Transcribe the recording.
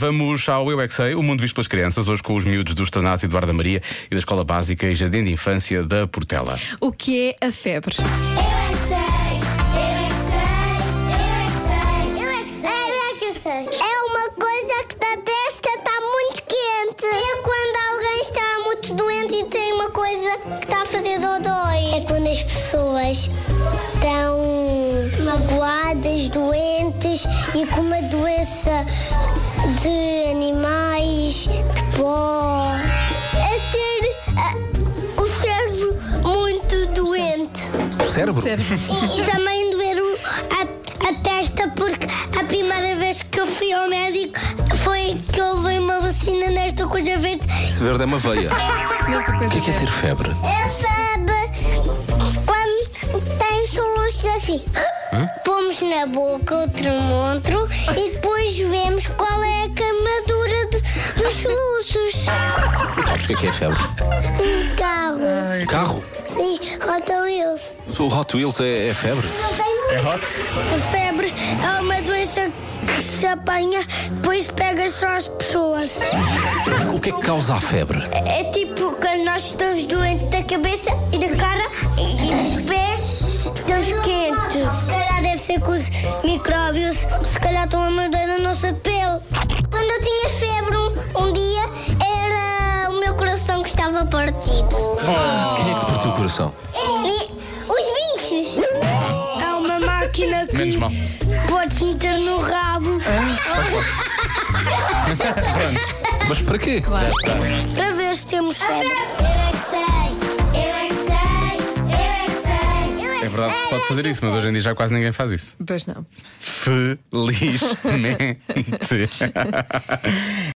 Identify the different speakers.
Speaker 1: Vamos ao Eu é que Sei, o mundo visto pelas crianças, hoje com os miúdos do Estanato Eduardo da Maria e da Escola Básica e Jardim de Infância da Portela.
Speaker 2: O que é a febre?
Speaker 3: Eu é que sei, eu é que sei, eu é que sei, eu é que sei, eu é que sei, eu é que sei. É uma coisa que na testa está muito quente. É quando alguém está muito doente e tem uma coisa que está a fazer dodói. É quando as pessoas estão magoadas, doentes e com uma doença de animais, de pó. É ter o cérebro muito doente.
Speaker 4: O cérebro?
Speaker 3: E também doer o- a, a testa, porque a primeira vez que eu fui ao médico foi que eu levei uma vacina nesta coisa verde.
Speaker 4: Se verde é uma veia.
Speaker 2: Nesta coisa
Speaker 4: O que é que é ter febre?
Speaker 3: É febre quando tem soluço assim. Pomos na boca o termômetro e depois vemos qual é a queimadura do- dos soluços.
Speaker 4: Sabes o que é que é febre?
Speaker 3: Um carro,
Speaker 4: Carro.
Speaker 3: sim, rotalhou-se.
Speaker 4: O Hot Wheels é, é febre.
Speaker 3: A febre é uma doença que se apanha, depois pega só as pessoas.
Speaker 4: O que é que causa a febre?
Speaker 3: É tipo quando nós estamos doentes da cabeça e da cara e dos pés estamos quentes. Se calhar deve ser que os micróbios se calhar estão a morder a nossa pele. Quando eu tinha febre um, um dia era o meu coração que estava partido.
Speaker 4: Quem é que te partiu o coração?
Speaker 3: E os bichos! É uma máquina que
Speaker 1: Menos mal.
Speaker 3: podes meter no rabo.
Speaker 4: Mas para quê?
Speaker 3: para ver se temos febre. Eu é que sei, eu é que sei, eu é que sei, eu é que
Speaker 1: É verdade que se pode fazer isso, mas hoje em dia já quase ninguém faz isso.
Speaker 2: Pois não.
Speaker 1: Felizmente.